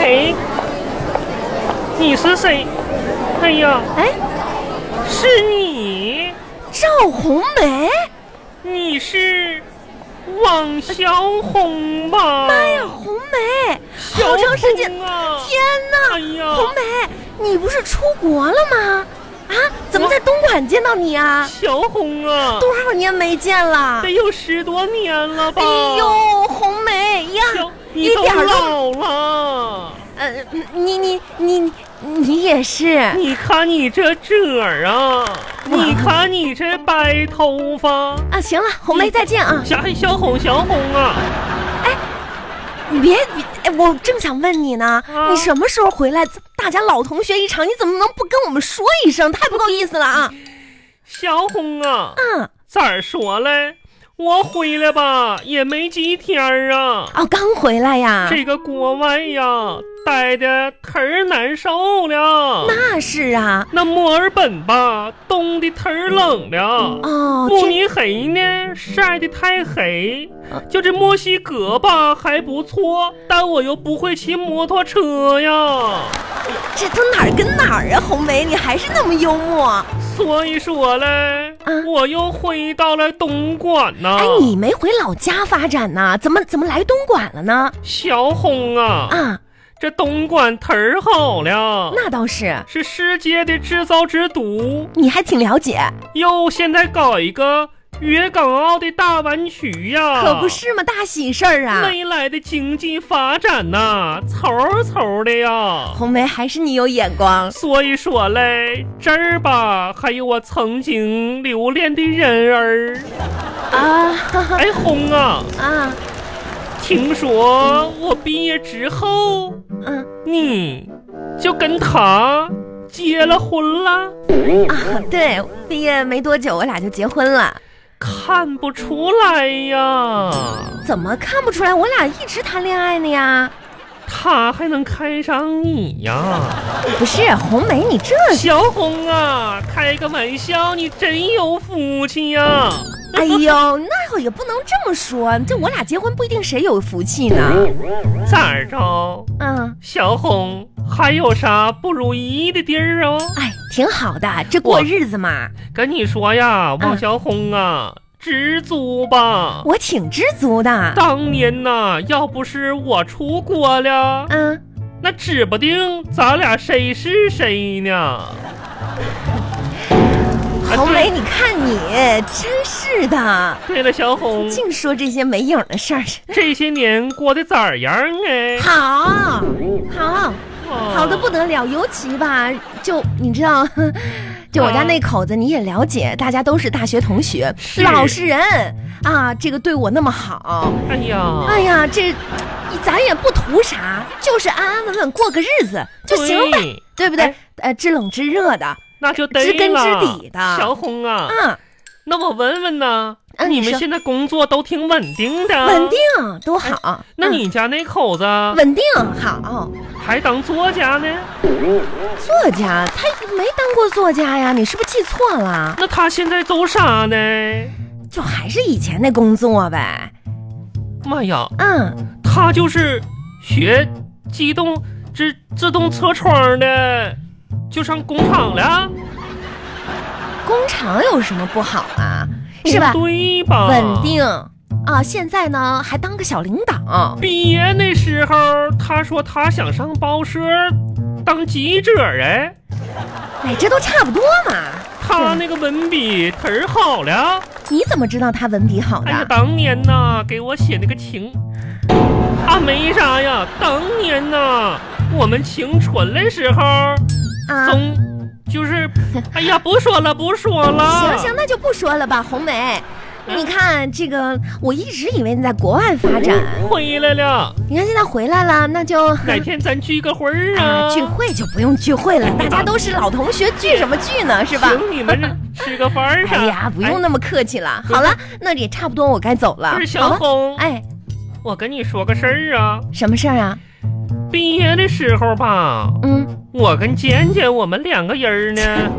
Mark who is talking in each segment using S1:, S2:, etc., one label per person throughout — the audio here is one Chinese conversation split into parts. S1: 哎你是谁？哎呀，
S2: 哎，
S1: 是你，
S2: 赵红梅！
S1: 你是王小红吧？
S2: 妈哎呀，红梅，
S1: 小
S2: 好长时间！
S1: 红啊
S2: 天哪，
S1: 哎呀
S2: 红梅，你不是出国了吗？啊，怎么在东莞见到你啊？
S1: 小红啊，
S2: 多少年没见了
S1: 得！有十多年了吧？
S2: 啊哎呦，红梅呀
S1: 小，，你
S2: 一
S1: 都
S2: 点儿都……
S1: 老了，
S2: 呃，你你你你也是。
S1: 你看你这褶儿啊，你看你这白头发。
S2: 啊，行了，红梅再见啊！
S1: 小哎小红，小红啊，
S2: 你别，别哎，我正想问你呢，
S1: 啊
S2: 你什么时候回来？怎么大家老同学一场，你怎么能不跟我们说一声？太不够意思了啊！
S1: 小红啊，
S2: 嗯，
S1: 咋说嘞？我回来吧，也没几天儿啊，
S2: 哦，刚回来呀，
S1: 这个国外呀，待的忒儿难受了。
S2: 那是啊，
S1: 那墨尔本吧，冻的忒儿冷了。
S2: 哦，
S1: 慕
S2: 这
S1: 尼黑呢，晒得太黑。
S2: 啊
S1: 就这墨西哥吧，还不错，但我又不会骑摩托车呀。
S2: 这都哪儿跟哪儿啊？红梅，你还是那么幽默。
S1: 所以说嘞，我又回到了东莞呐、
S2: 啊哎，你没回老家发展呢？怎么怎么来东莞了呢？
S1: 小红啊，
S2: 啊，
S1: 这东莞忒儿好了，
S2: 那倒是，
S1: 是世界的制造之都。
S2: 你还挺了解，
S1: 又现在搞一个粤港澳的大湾区呀、
S2: 可不是嘛，大喜事儿啊！
S1: 未来的经济发展呐、嗖嗖的呀。
S2: 红梅，还是你有眼光。
S1: 所以说嘞，这儿吧，还有我曾经留恋的人儿。
S2: 啊 哈哈
S1: 哎，红啊，
S2: 啊，
S1: 听说我毕业之后，
S2: 嗯
S1: 你就跟他结了婚了？
S2: 啊，对，毕业没多久，我俩就结婚了。
S1: 看不出来呀，
S2: 怎么看不出来我俩一直谈恋爱呢呀？
S1: 他还能看上你呀？
S2: 不是红梅，你这……
S1: 小红啊，开个玩笑，你真有福气呀！
S2: 哎呦，那也不能这么说，这我俩结婚不一定谁有福气呢。
S1: 咋着？
S2: 嗯，
S1: 小红还有啥不如意的地儿啊？
S2: 哎，挺好的，这过日子嘛，
S1: 跟你说呀，王小红啊，知足吧。
S2: 我挺知足的。
S1: 当年呐、要不是我出国了，
S2: 嗯，
S1: 那指不定咱俩谁是谁呢。
S2: 红梅，你看你真是的，
S1: 对了，小红，
S2: 净说这些没影儿的事儿。
S1: 这些年过得咋样哎？
S2: 好，好，
S1: 啊
S2: 好的不得了，尤其吧，就你知道， 就我家那口子你也了解，大家都是大学同学，
S1: 是
S2: 老实人啊，这个对我那么好，
S1: 哎呀，
S2: 哎呀，这咱也不图啥，就是安安稳稳过个日子就行呗，
S1: 对
S2: 对不对
S1: 哎？
S2: 呃，知冷知热的，
S1: 那就得了
S2: 知根知底的
S1: 小红啊，
S2: 嗯，
S1: 那我问问呢，
S2: 啊
S1: 你
S2: 你
S1: 们
S2: 说
S1: 现在工作都挺稳定的，
S2: 嗯稳定多好。
S1: 哎那
S2: 嗯
S1: 你家那口子
S2: 稳定好，哦
S1: 还当作家呢？
S2: 作家他没当过作家呀，你是不是记错了？
S1: 那他现在做啥呢？
S2: 就还是以前那工作呗，
S1: 妈呀，
S2: 嗯。
S1: 他就是学机动自自动车窗的，就上工厂了，
S2: 工厂有什么不好啊？是吧
S1: 不？嗯对吧？
S2: 稳。定啊，现在呢还当个小领导，
S1: 毕业那时候，他说他想上报社当记者哎，
S2: 哎，这都差不多嘛。
S1: 他那个文笔忒儿好了。
S2: 你怎么知道他文笔好的？
S1: 哎呀，当年呐，给我写那个情啊，没啥呀。当年呐，我们青春的时候，
S2: 啊，
S1: 总就是，哎呀，不说了，不说了。
S2: 行行，那就不说了吧，红梅。
S1: 嗯
S2: 你看这个，我一直以为你在国外发展，
S1: 回来了，
S2: 你看现在回来了，那就
S1: 哪天咱聚个会儿啊？
S2: 啊聚会就不用聚会了，大家都是老同学，聚什么聚呢？是吧？
S1: 请你们吃个饭
S3: 啊
S1: 儿啥？
S2: 哎呀，不用
S1: 哎。
S2: 那么客气了。好了，那也差不多，我该走了
S1: 不是。小
S2: 好吧？
S1: 红，
S2: 哎，
S1: 我跟你说个事儿啊。
S2: 什么事儿啊？
S1: 毕业的时候吧，
S2: 嗯。
S1: 我跟简简我们两个人儿呢。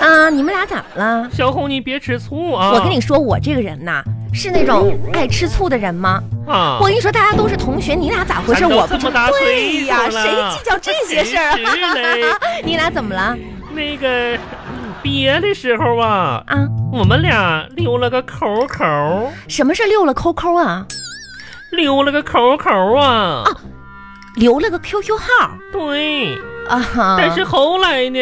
S2: 啊，你们俩咋了？
S1: 小红，你别吃醋啊！
S3: 啊
S2: 我跟你说，我这个人呐，是那种爱吃醋的人吗？
S3: 啊
S2: 我跟你说，大家都是同学，你俩咋回事？
S3: 咱都
S2: 我不
S3: 这么
S2: 知
S3: 大岁
S2: 对呀，
S3: 数了
S2: 谁计较这些事儿
S3: 真 是嘞？
S2: 你俩怎么了
S3: 那个嗯毕业的时候啊，
S2: 啊？
S3: 我们俩溜了个口口，
S2: 什么是溜了扣扣啊？
S3: 溜了个口口啊。
S2: 啊留了个 QQ 号
S3: 对，
S2: 啊哈！
S3: 但是后来呢，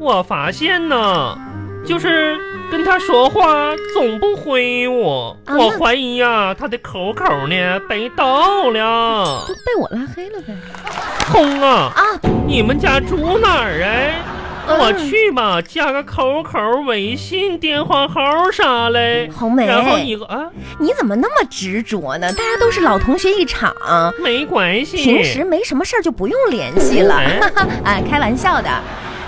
S3: 我发现呢，就是跟他说话总不回我，
S2: 啊
S3: 我
S2: 那
S3: 怀疑呀、他的口口呢被盗了。
S2: 都被我拉黑了呗
S3: 空啊，
S2: 啊！
S3: 你们家住哪儿啊？
S2: 嗯
S3: 我去吧，加个 QQ、微信、电话号啥嘞。
S2: 红梅，
S3: 然后一个啊，
S2: 你怎么那么执着呢？大家都是老同学一场，
S3: 没关系。
S2: 平时没什么事儿就不用联系了。
S3: 哎
S2: 哎，开玩笑的。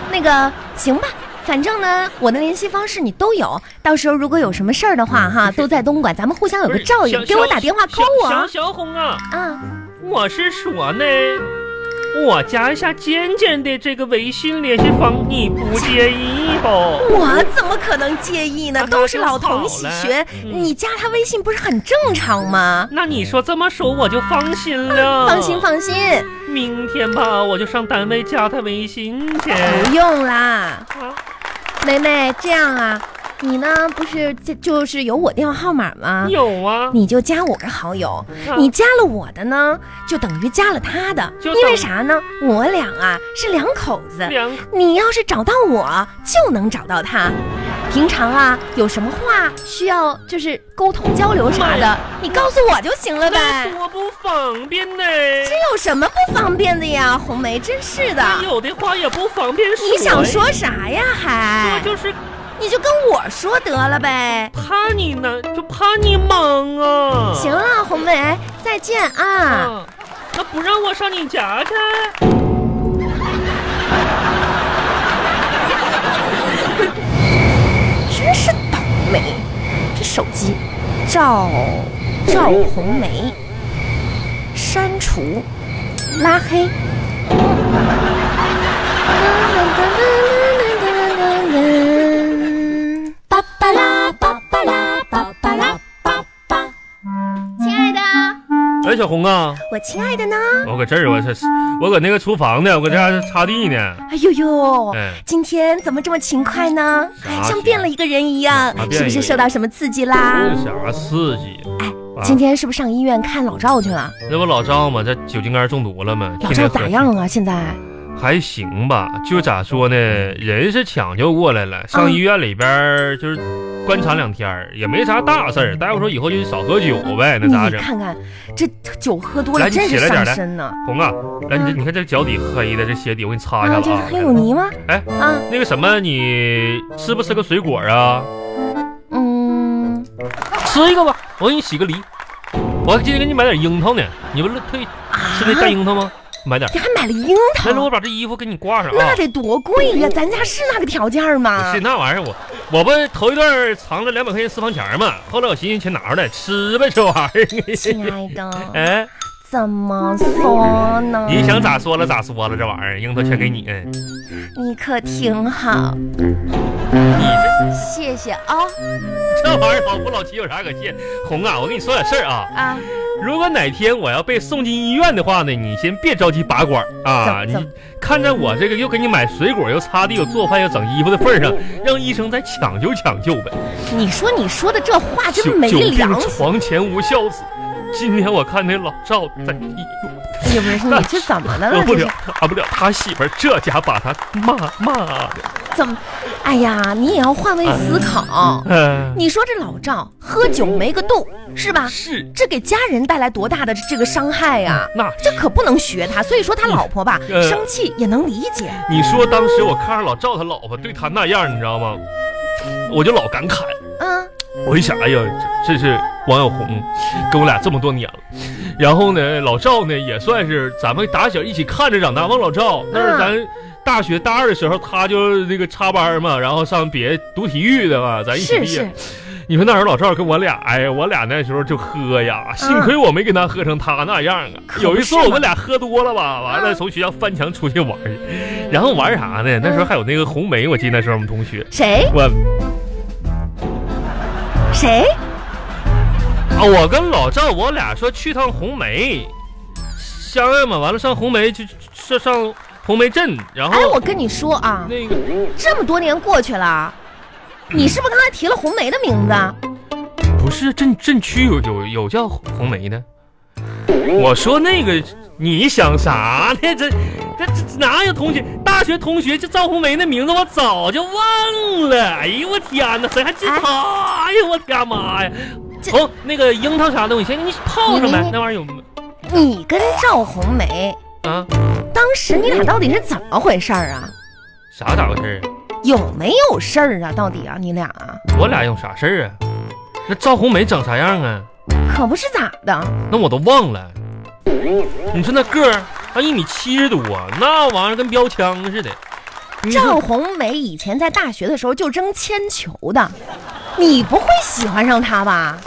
S2: 那个行吧，反正呢，我的联系方式你都有，到时候如果有什么事儿的话，哈，都在东莞，咱们互相有
S3: 嗯不
S2: 个
S3: 是
S2: 照应
S3: 小，
S2: 给我打电话 call 我
S3: 小小
S2: 啊
S3: 小红啊，
S2: 啊！
S3: 我是说呢，我加一下尖尖的这个微信联系方，你不介意不？
S2: 我怎么可能介意呢？
S3: 那
S2: 都是老
S3: 那
S2: 同
S3: 就
S2: 喜
S3: 好了
S2: 学，
S3: 嗯
S2: 你加他微信不是很正常吗？
S3: 那你说这么说我就放心了。
S2: 放心，放心，
S3: 明天吧，我就上单位加他微信去。
S2: 不用啦。
S3: 啊
S2: 梅梅，这样啊，你呢不是这就是有我电话号码吗？
S3: 有啊，
S2: 你就加我个好友，
S3: 啊
S2: 你加了我的呢，就等于加了他的，
S3: 就等
S2: 因为啥呢？我俩啊是两口子，
S3: 两
S2: 你要是找到我，就能找到他。平常啊，有什么话需要就是沟通交流啥的，你告诉我就行了
S3: 那
S2: 呗。
S3: 多不方便呢。
S2: 这有什么不方便的呀？红梅，真是的，
S3: 有的话也不方便说。
S2: 你想？说哎啥呀？还
S3: 我就是
S2: 你就跟我说得了呗。
S3: 怕你呢，就怕你忙
S1: 嗯
S3: 啊。
S2: 行了，红梅，再见啊！
S3: 啊，那不让我上你家去？
S1: 嗯
S2: 真是倒霉，这手机，赵赵
S1: 嗯
S2: 红梅，删除，拉黑。
S4: 巴巴拉巴巴拉巴巴拉巴巴。
S2: 亲爱的，
S1: 哎，小红啊，
S2: 我亲爱的呢？
S1: 我搁这儿，我这我搁那个厨房呢，我搁这儿擦地呢。
S2: 哎呦呦！
S1: 哎，
S2: 今天怎么这么勤快呢？哎
S1: 啥
S2: 像变了一个人一样
S1: 嗯啊，变一
S2: 是不
S1: 个
S2: 是
S1: 人
S2: 受到什么刺激啦？哎
S1: 这啥刺激？啊
S2: 今天是不是上医院看老赵去了？
S1: 那不老赵吗？这酒精肝中毒了吗？
S2: 老
S1: 天天
S2: 赵
S1: 喝
S2: 咋样啊？现在
S1: 还行吧，就咋说呢，人是抢救过来了，上
S2: 嗯
S1: 医院里边儿就是观察两天儿，也没啥大事儿。大夫说以后就少喝酒呗，那
S2: 你
S1: 咋整？
S2: 看看，这酒喝多了
S1: 来你
S2: 真是
S1: 起来点
S2: 伤
S1: 儿来
S2: 身呢。
S1: 红啊，来你这
S2: 嗯
S1: 你看这脚底黑的，这鞋底我给你擦一
S2: 啊，
S1: 下子
S2: 这是
S1: 啊。
S2: 黑乳泥吗？
S1: 哎
S2: 啊，
S1: 那个什么，你吃不吃个水果啊？
S2: 嗯，
S1: 吃一个吧，我给你洗个梨。我今天给你买点樱桃呢，你不是特意吃那
S2: 啊
S1: 带，樱桃吗？买点。
S2: 你还买了樱
S1: 来，我
S2: 桃，
S1: 把这衣服给你挂上啊
S2: 那。得多贵呀！咱家是那个条件
S1: 不
S2: 吗
S1: 哦是？那玩意儿，我我不头一段藏着两百块钱私房钱嘛，后来我寻思钱拿出来吃呗，这玩意儿。
S2: 亲爱的，
S1: 哎，
S2: 怎么说呢？
S1: 你想咋说了咋说了，这玩意儿樱桃全给你。嗯，
S2: 你可挺好，
S1: 你这
S2: 谢谢啊
S1: 这玩意儿老夫老妻有啥可谢？红啊，我跟你说点事儿啊，
S2: 啊！
S1: 如果哪天我要被送进医院的话呢，你先别着急拔管儿啊，
S2: 怎
S1: 你
S2: 怎
S1: 看在我这个又给你买水果又擦地又做饭又整衣服的份儿上，让医生再抢救抢救呗。
S2: 你说你说的这话真
S1: 久
S2: 没
S1: 久病
S2: 良心！
S1: 床前无孝子，今天我看那老赵在医院。
S2: 哎呀，不是你这怎么的
S1: 我
S2: 了？
S1: 呃不
S2: 这
S1: 了
S2: 是，
S1: 打不了他媳妇儿，这家把他骂骂的。
S2: 怎么？哎呀，你也要换位思考。
S1: 嗯、
S2: 你说这老赵喝酒没个度是吧？
S1: 是，
S2: 这给家人带来多大的这个伤害呀、
S1: 那
S2: 这可不能学他，所以说他老婆吧，
S1: 呃
S2: 生气也能理解。
S1: 你说当时我看着老赵他老婆对他那样儿，你知道吗？我就老感慨，
S2: 嗯，
S1: 我一想，哎呀，这这是王小红，跟我俩这么多年了。然后呢，老赵呢也算是咱们打小一起看着长大。王老赵那
S2: 嗯
S1: 是咱大学大二的时候，他就那个插班嘛，然后上别读体育的嘛，咱一起
S2: 是
S1: 毕业
S2: 是。，
S1: 哎你说那时候老赵跟我俩，哎呀，我俩那时候就喝呀，幸亏我没跟他喝成他那样啊。
S2: 嗯可不
S1: 有一
S2: 是
S1: 次
S2: 嘛嗯
S1: 我们俩喝多了吧，完了从学校翻墙出去玩儿，然后玩儿啥呢？那时
S2: 嗯
S1: 候还有那个红梅，我记得那时候我啊们同学，
S2: 谁
S1: 我
S2: 谁
S1: 啊，我跟老赵我俩说去趟红梅，相爱嘛，完了上红梅去上上红梅镇，然后
S2: 哎，我跟你说啊，
S1: 那个
S2: 这么多年过去了，你是不是刚才提了红梅的名字啊？
S1: 不是镇镇区有有有叫红梅的，我说那个你想啥呢？这这这哪有同学？大学同学这赵红梅那名字我早就忘了。哎呦我天哪，谁还记
S2: 哎
S1: 他呀？我天妈呀！
S2: 这
S1: 哦，那个樱桃啥的，我先给你泡上
S2: 你
S1: 呗
S2: 你，
S1: 那玩意儿有吗
S2: 你跟赵红梅，
S1: 啊？
S2: 当时你俩到底是怎么回事儿啊？
S1: 啥咋回事啊？
S2: 有没有事儿啊？到底啊，你俩啊，
S1: 我俩有啥事儿啊？那赵红梅长啥样啊？
S2: 可不是咋的，
S1: 那我都忘了。你说那个儿，啊一米七十多，那玩意儿跟标枪似的。你说
S2: 赵红梅以前在大学的时候就争铅球的，你不会喜欢上她吧？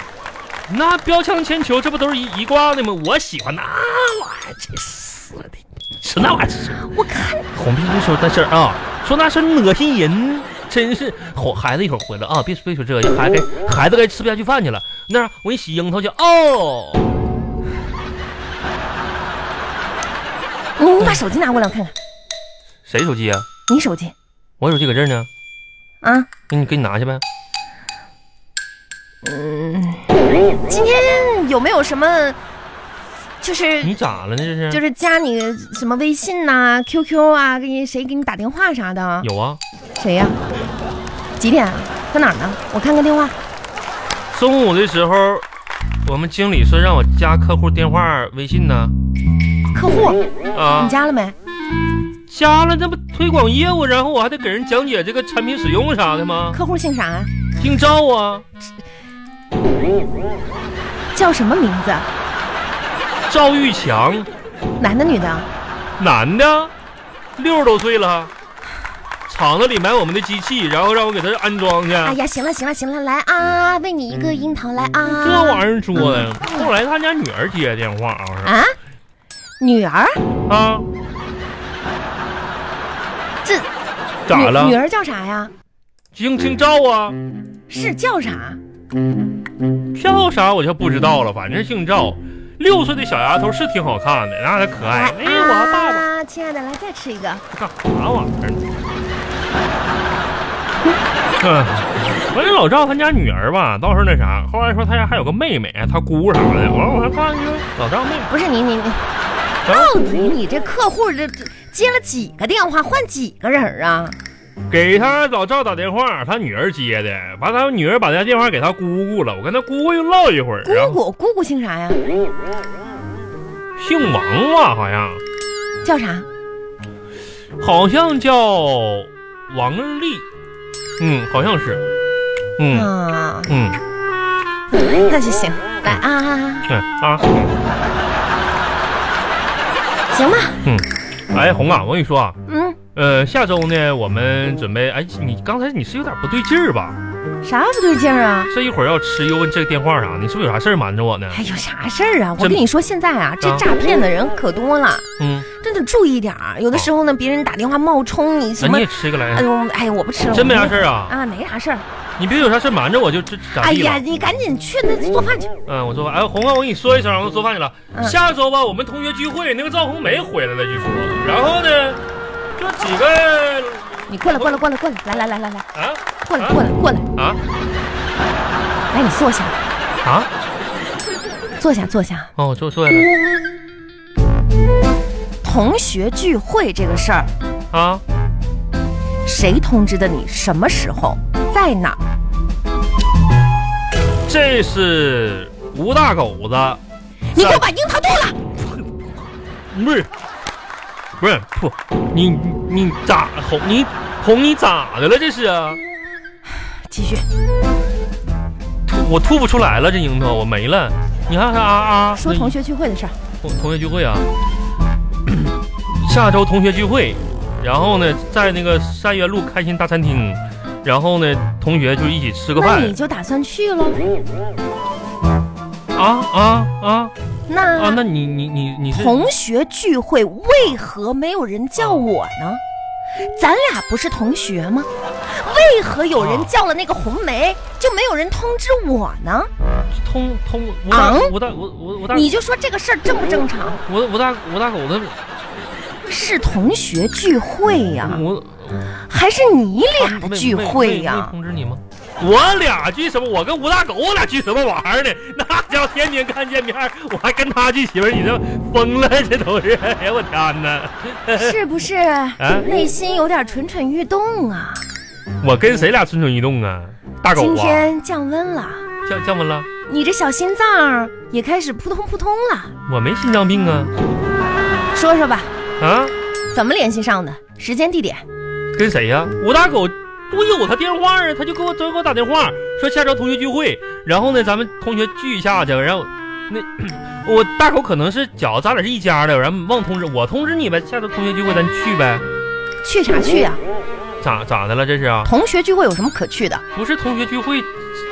S1: 那标枪铅球，这不都是一一挂的吗？我喜欢那玩意儿，真是的，说那玩意儿，
S2: 我看
S1: 红别别说那事儿啊，说那事儿恶心人，真是。哄孩子一会儿回来啊，别别说这个，孩子该孩子该吃不下去饭去了。那儿我给你洗樱桃去哦。
S2: 你你把手机拿过来，我看看
S1: 谁手机啊？
S2: 你手机
S1: 我手机搁这儿呢，
S2: 啊。
S1: 给你给你拿去呗。
S2: 今天嗯有没有什么，就是
S1: 你咋了呢？这是？
S2: 就是加你什么微信呐、QQ 啊，给你谁给你打电话啥的？
S1: 有啊，
S2: 谁呀、几点啊？在哪儿呢？我看看电话。
S1: 中午的时候，我们经理说让我加客户电话、微信呢。
S2: 客户，
S1: 啊
S2: 你，加了没？
S1: 加了这不推广业务，然后我还得给人讲解这个产品使用啥的吗？
S2: 客户姓啥啊？
S1: 姓赵啊，
S2: 叫什么名字？
S1: 赵玉强，
S2: 男的女的？
S1: 啊男的，六十多岁了，厂子里买我们的机器，然后让我给他安装去，
S2: 哎呀，行了行了行了，来啊，喂你一个樱桃，来啊。
S1: 这玩意儿说的。后来他家女儿接电话好像是
S2: 啊？女儿？
S1: 啊，
S2: 这
S1: 咋了
S2: 女？女？儿叫啥呀？
S1: 姓姓赵啊，
S2: 是叫啥？
S1: 叫啥我就不知道了，反正姓赵。六岁的小丫头是挺好看的，那还可爱。
S2: 嗯
S1: 哎，我爸爸
S2: 啊，亲爱的，来再吃一个。
S1: 干啥玩意儿呢？嗯，完了，老赵他家女儿吧，倒是那啥，后来说他家还有个妹妹，他姑啥的。完了，我还看一个老赵妹妹，
S2: 不是你你你，
S1: 啊
S2: 到底你这客户这这接了几个电话，换几个人儿啊？
S1: 给他老赵打电话，他女儿接的，完他女儿把他电话给他姑姑了，我跟他姑姑又唠一会儿，然
S2: 姑
S1: 后
S2: 姑姑姑姓啥呀？
S1: 姓王吧，好像
S2: 叫啥？
S1: 好像叫王丽，嗯，好像是，嗯
S2: 啊，
S1: 嗯，
S2: 那就行，来啊，
S1: 对啊。
S2: 行吧，
S1: 哎，红啊，我跟你说啊，
S2: 嗯，
S1: 呃，下周呢，我们准备，哎，你刚才你是有点不对劲儿吧？
S2: 啥不对劲儿啊？
S1: 这一会儿要吃又问这个电话啥，你是不是有啥事儿瞒着我呢？
S2: 哎，有啥事儿啊？我
S1: 这
S2: 跟你说，现在啊，这
S1: 啊
S2: 诈骗的人可多了，
S1: 嗯，
S2: 真的注意点儿。有的时候呢，别人打电话冒充你
S1: 哦那
S2: 什么
S1: 你也，吃一个
S2: 哎
S1: 来，
S2: 呦，哎，我不吃了，
S1: 真没啥事
S2: 儿
S1: 儿啊？
S2: 啊，没啥事儿。
S1: 你别有啥事儿瞒着我就这咋
S2: 哎
S1: 地了？
S2: 呀，你赶紧去那做饭去。
S1: 嗯，我做饭。哎，红啊，我跟你说一声，我做饭去了。
S2: 嗯
S1: 下周吧，我们同学聚会，那个赵红梅回来了，据说。然后呢，就几个
S2: 你过来，过来，过来，过来，来来来来来，
S1: 啊
S2: 过来，过来，过来，
S1: 啊
S2: 来，你坐下，
S1: 啊！
S2: 坐下，坐下。
S1: 哦，坐坐下来
S2: 同学聚会这个事儿，
S1: 啊。
S2: 谁通知的你？什么时候？在哪儿？
S1: 这是吴大狗子。
S2: 你给我把樱桃剁了！
S1: 不是，不是，不，你你你咋红你红你咋的了？这是啊，
S2: 继续
S1: 吐我吐不出来了，这樱桃我没了。你看看啊啊，
S2: 说
S1: 那
S2: 同学聚会的事儿。
S1: 同同学聚会啊，下周同学聚会，然后呢，在那个三元路开心大餐厅，然后呢，同学就一起吃个
S2: 那
S1: 饭
S2: 你就打算去喽？
S1: 啊啊啊
S2: 那、
S1: 啊！那你你你你是啊
S2: 同学聚会为何没有人叫我呢？咱俩不是同学吗？为何有
S1: 啊
S2: 人叫了那个红梅，就没有人通知我呢？
S1: 通通吴
S2: 啊
S1: 大吴大吴吴吴大
S2: 你就说这个事儿正不正常？
S1: 吴吴大吴大狗子
S2: 是同学聚会呀、
S1: 我
S2: 嗯
S1: 啊
S2: 还是你俩的
S1: 没
S2: 聚
S1: 没
S2: 会
S1: 没
S2: 呀、
S1: 没通知你吗？我俩聚什么？我跟吴大狗，我俩聚什么玩意儿呢？ 那家伙天天看见面儿，我还跟他聚媳妇儿，你这疯了，这都是！ 哎呀，我天哪！
S2: 是不是
S1: 啊
S2: 内心有点蠢蠢欲动啊？
S1: 我跟谁俩蠢蠢欲动啊？大狗
S2: 今
S1: 啊，
S2: 天降温了，
S1: 降降温了？
S2: 你这小心脏儿也开始扑通扑通了。
S1: 我没心脏病啊
S2: 说说吧，
S1: 啊！
S2: 怎么联系上的？时间、地点？
S1: 跟谁呀、吴大狗，我有他电话啊，他就给我昨天给我打电话说下周同学聚会，然后呢，咱们同学聚一下去，然后那我大狗可能是觉得咱俩是一家的，然后忘通知我通知你呗，下周同学聚会咱去呗，
S2: 去啥去呀、
S1: 咋咋的了这是啊？
S2: 同学聚会有什么可去的？
S1: 不是同学聚会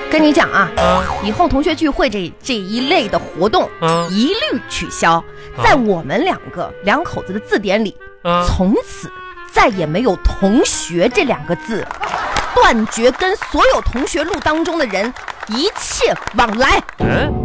S2: 跟你讲啊，
S1: 啊
S2: 以后同学聚会这这一类的活动
S1: 啊
S2: 一律取消，在我们两个两口子的字典里，
S1: 啊！
S2: 从此再也没有“同学”这两个字，断绝跟所有同学录当中的人一切往来。
S1: 嗯、